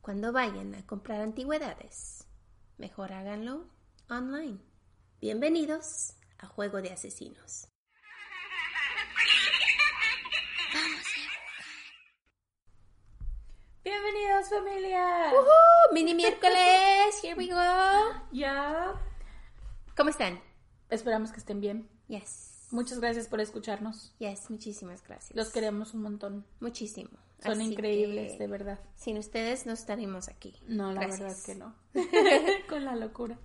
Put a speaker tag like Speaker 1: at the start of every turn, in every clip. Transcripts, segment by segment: Speaker 1: Cuando vayan a comprar antigüedades, mejor háganlo online. Bienvenidos a Juego de Asesinos.
Speaker 2: Bienvenidos familia.
Speaker 1: ¡Woohoo! ¡Oh, Mini miércoles, here we go.
Speaker 2: Ya.
Speaker 1: ¿Cómo están?
Speaker 3: Esperamos que estén bien.
Speaker 1: Yes.
Speaker 3: Muchas gracias por escucharnos.
Speaker 1: Yes, muchísimas gracias.
Speaker 3: Los queremos un montón.
Speaker 1: Muchísimo.
Speaker 3: Son
Speaker 1: Así
Speaker 3: increíbles,
Speaker 1: que
Speaker 3: de verdad.
Speaker 1: Sin ustedes no estaremos aquí.
Speaker 3: No, la verdad
Speaker 1: Gracias.
Speaker 3: que no. Con la locura.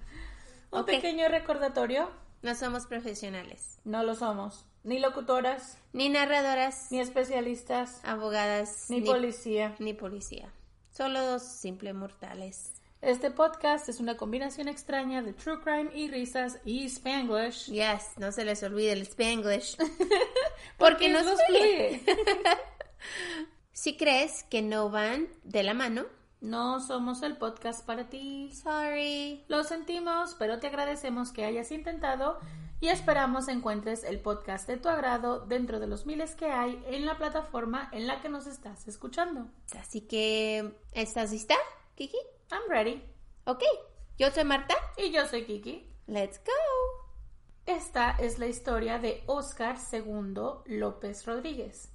Speaker 3: Un
Speaker 1: Ok.
Speaker 3: pequeño recordatorio.
Speaker 1: No somos profesionales,
Speaker 3: No lo somos. Ni locutoras,
Speaker 1: ni narradoras,
Speaker 3: ni especialistas,
Speaker 1: abogadas,
Speaker 3: ni policía.
Speaker 1: ni policía. Solo dos simples mortales.
Speaker 3: Este podcast es una combinación extraña de true crime y risas y spanglish.
Speaker 1: Yes, no se les olvide el Spanglish. Porque nos
Speaker 3: los
Speaker 1: fluye.
Speaker 3: fluye.
Speaker 1: Si crees que no van de la mano,
Speaker 3: No somos el podcast para ti.
Speaker 1: sorry.
Speaker 3: Lo sentimos, pero te agradecemos que hayas intentado y esperamos encuentres el podcast de tu agrado dentro de los miles que hay en la plataforma en la que nos estás escuchando.
Speaker 1: Así que, ¿estás lista, Kiki?
Speaker 3: I'm ready.
Speaker 1: Ok, yo soy Marta.
Speaker 3: Y yo soy Kiki.
Speaker 1: Let's go.
Speaker 3: Esta es la historia de Óscar II López Rodríguez.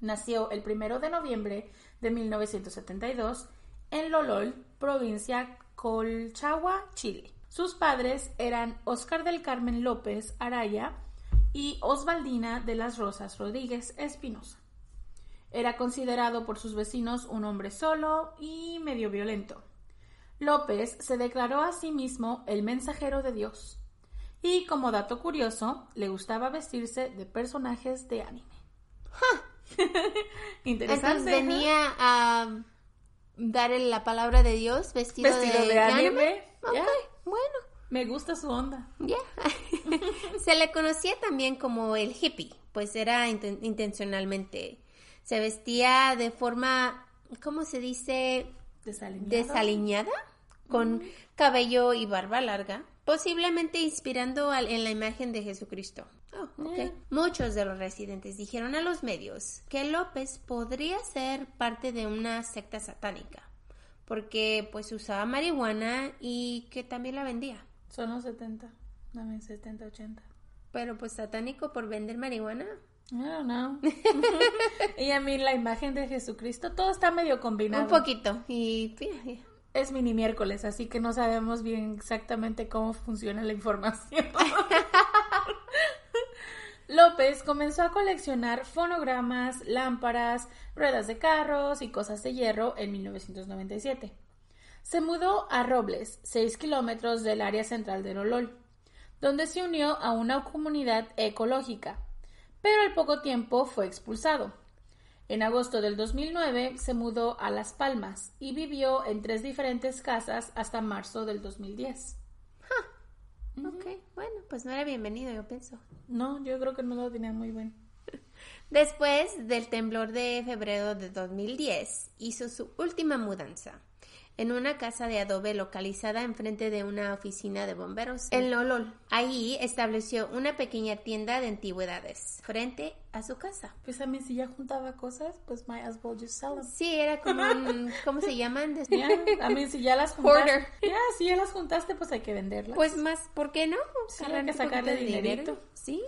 Speaker 3: Nació el 1 de noviembre de 1972 en Lolol, provincia Colchagua, Chile. Sus padres eran Óscar del Carmen López Araya y Osvaldina de las Rosas Rodríguez Espinosa. Era considerado por sus vecinos un hombre solo y medio violento. López se declaró a sí mismo el mensajero de Dios y como dato curioso, le gustaba vestirse de personajes de anime. Interesante. ¿eh?
Speaker 1: Entonces
Speaker 3: ¿no?
Speaker 1: venía a dar la palabra de Dios vestido,
Speaker 3: Vestido
Speaker 1: de,
Speaker 3: de anime.
Speaker 1: Ok,
Speaker 3: Ya.
Speaker 1: bueno,
Speaker 3: Me gusta su onda.
Speaker 1: ya. Se le conocía también como el hippie, pues era inten- intencionalmente. Se vestía de forma, ¿cómo se dice?
Speaker 3: Desaliñado.
Speaker 1: desaliñada, con cabello y barba larga, posiblemente inspirando al- en la imagen de Jesucristo. Oh, ok.
Speaker 3: Yeah.
Speaker 1: Muchos de los residentes dijeron a los medios que López podría ser parte de una secta satánica, porque pues usaba marihuana y que también la vendía.
Speaker 3: Son los 70. Dame 70, 80.
Speaker 1: Pero pues satánico por vender marihuana.
Speaker 3: I don't know. y a mí la imagen de Jesucristo, todo está medio combinado.
Speaker 1: Un poquito. Y mira, mira.
Speaker 3: Es mini miércoles, así que no sabemos bien exactamente cómo funciona la información. López comenzó a coleccionar fonogramas, lámparas, ruedas de carros y cosas de hierro en 1997. Se mudó a Robles, 6 kilómetros del área central de Lolol, donde se unió a una comunidad ecológica, pero al poco tiempo fue expulsado. En agosto del 2009 se mudó a Las Palmas y vivió en tres diferentes casas hasta marzo del 2010.
Speaker 1: Ok, bueno, pues no era bienvenido, yo pienso.
Speaker 3: No, yo creo que no lo tenía muy bien.
Speaker 1: Después del temblor de febrero de 2010, hizo su última mudanza en una casa de adobe localizada enfrente de una oficina de bomberos en Lolol. Ahí estableció una pequeña tienda de antigüedades frente a su casa.
Speaker 3: Pues a mí si ya juntaba cosas, pues my as well just sell 'em.
Speaker 1: Sí, era como un... ¿Cómo se llaman? Des-
Speaker 3: Ya, a mí si ya las juntaste.
Speaker 1: Hoarder.
Speaker 3: Ya, si ya las juntaste, pues hay que venderlas.
Speaker 1: Pues más, ¿por qué no?
Speaker 3: hay
Speaker 1: Ganar
Speaker 3: que
Speaker 1: un
Speaker 3: sacarle
Speaker 1: poquito de
Speaker 3: dinerito.
Speaker 1: Sí.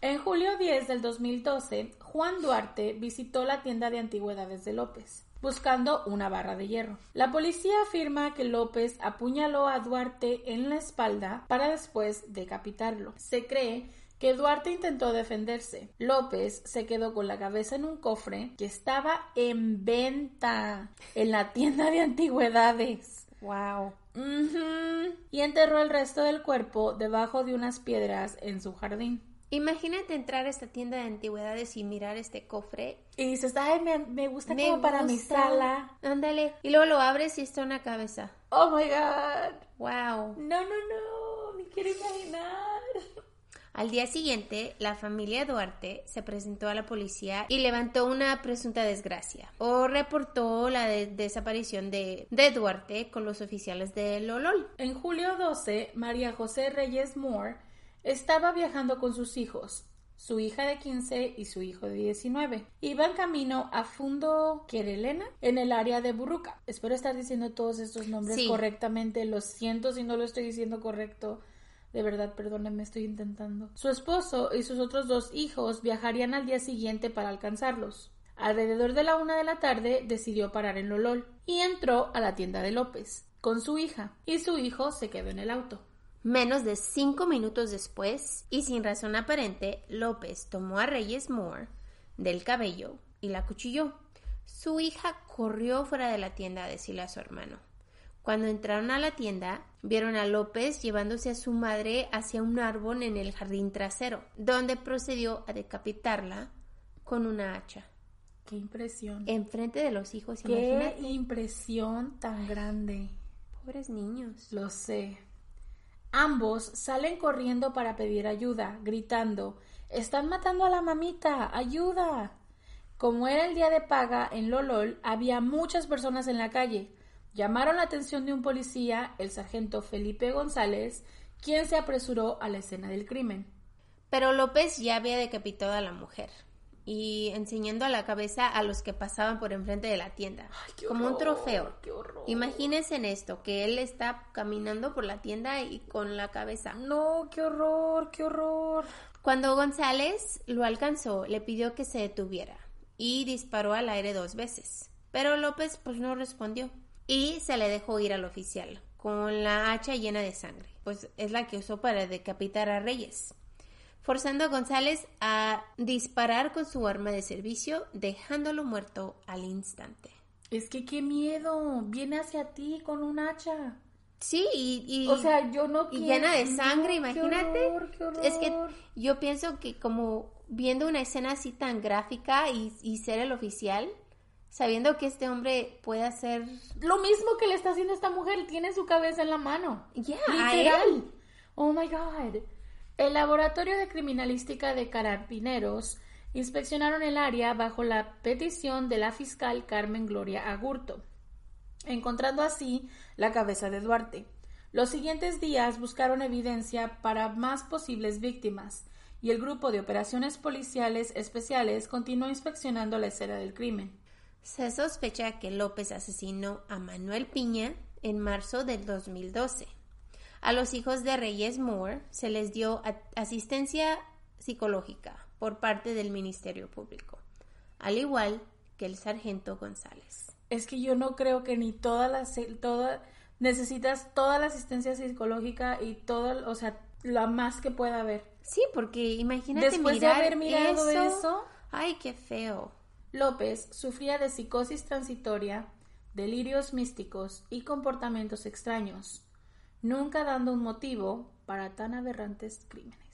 Speaker 3: En julio 10 del 2012, Juan Duarte visitó la tienda de antigüedades de López. buscando una barra de hierro. La policía afirma que López apuñaló a Duarte en la espalda para después decapitarlo. Se cree que Duarte intentó defenderse. López se quedó con la cabeza en un cofre que estaba en venta en la tienda de antigüedades.
Speaker 1: Wow.
Speaker 3: Ujú. Y enterró el resto del cuerpo debajo de unas piedras en su jardín.
Speaker 1: Imagínate entrar a esta tienda de antigüedades y mirar este cofre.
Speaker 3: Y dices, ay, me, me gusta
Speaker 1: Me
Speaker 3: como para mi
Speaker 1: gusta.
Speaker 3: sala.
Speaker 1: Ándale. Y luego lo abres y está una cabeza.
Speaker 3: Oh my god.
Speaker 1: Wow.
Speaker 3: No, no, no, me quiero imaginar.
Speaker 1: Al día siguiente, la familia Duarte se presentó a la policía y levantó una presunta desgracia o reportó la de- desaparición de, de Duarte con los oficiales de Lolol.
Speaker 3: En julio 12, María José Reyes Moore estaba viajando con sus hijos, su hija de 15 y su hijo de 19. Iban camino a Fundo Querelena, en el área de Burruca. Espero estar diciendo todos estos nombres
Speaker 1: Sí.
Speaker 3: correctamente. Lo siento si no lo estoy diciendo correcto. De verdad, perdónenme, estoy intentando. Su esposo y sus otros dos hijos viajarían al día siguiente para alcanzarlos. Alrededor de la una de la tarde decidió parar en Lolol y entró a la tienda de López con su hija y su hijo se quedó en el auto.
Speaker 1: Menos de cinco minutos después, y sin razón aparente, López tomó a Reyes Moore del cabello y la acuchilló. Su hija corrió fuera de la tienda a decirle a su hermano. Cuando entraron a la tienda, vieron a López llevándose a su madre hacia un árbol en el jardín trasero, donde procedió a decapitarla con una hacha,
Speaker 3: ¡Qué impresión!
Speaker 1: enfrente de los hijos,
Speaker 3: ¡Qué
Speaker 1: imagínate.
Speaker 3: impresión tan grande!
Speaker 1: Pobres niños.
Speaker 3: Lo sé. Ambos salen corriendo para pedir ayuda, gritando Están matando a la mamita, ayuda. Como era el día de paga en Lolol, había muchas personas en la calle. Llamaron la atención de un policía, el sargento Felipe González, quien se apresuró a la escena del crimen.
Speaker 1: Pero López ya había decapitado a la mujer y enseñando la cabeza a los que pasaban por enfrente de la tienda, como un trofeo. Imagínense en esto, que él está caminando por la tienda y con la cabeza.
Speaker 3: No, qué horror, qué horror.
Speaker 1: Cuando González lo alcanzó, le pidió que se detuviera y disparó al aire dos veces. Pero López pues no respondió y se le dejó ir al oficial con la hacha llena de sangre, pues es la que usó para decapitar a Reyes, forzando a González a disparar con su arma de servicio, dejándolo muerto al instante.
Speaker 3: Es que qué miedo. Viene hacia ti con un hacha.
Speaker 1: Sí, y, y-
Speaker 3: O sea, yo no
Speaker 1: y
Speaker 3: quiero-
Speaker 1: llena de sangre,
Speaker 3: No, qué
Speaker 1: imagínate.
Speaker 3: horror, qué horror.
Speaker 1: Es que yo pienso que como viendo una escena así tan gráfica y, y ser el oficial, sabiendo que este hombre puede hacer...
Speaker 3: Lo mismo que le está haciendo esta mujer, tiene su cabeza en la mano.
Speaker 1: Yeah, a él.
Speaker 3: Literal. Oh my God. El laboratorio de criminalística de Carabineros inspeccionaron el área bajo la petición de la fiscal Carmen Gloria Agurto, encontrando así la cabeza de Duarte. Los siguientes días buscaron evidencia para más posibles víctimas y el grupo de operaciones policiales especiales continuó inspeccionando la escena del crimen.
Speaker 1: Se sospecha que López asesinó a Manuel Piña en marzo del 2012. A los hijos de Reyes Moore se les dio a- asistencia psicológica por parte del Ministerio Público, al igual que el sargento González.
Speaker 3: Es que yo no creo que ni todas las toda necesitas toda la asistencia psicológica y todo, o sea, la más que pueda haber.
Speaker 1: Sí, porque imagínate
Speaker 3: Después de
Speaker 1: mirar
Speaker 3: haber mirado
Speaker 1: eso.
Speaker 3: eso-
Speaker 1: Ay, qué feo.
Speaker 3: López sufría de psicosis transitoria, delirios místicos y comportamientos extraños, nunca dando un motivo para tan aberrantes crímenes.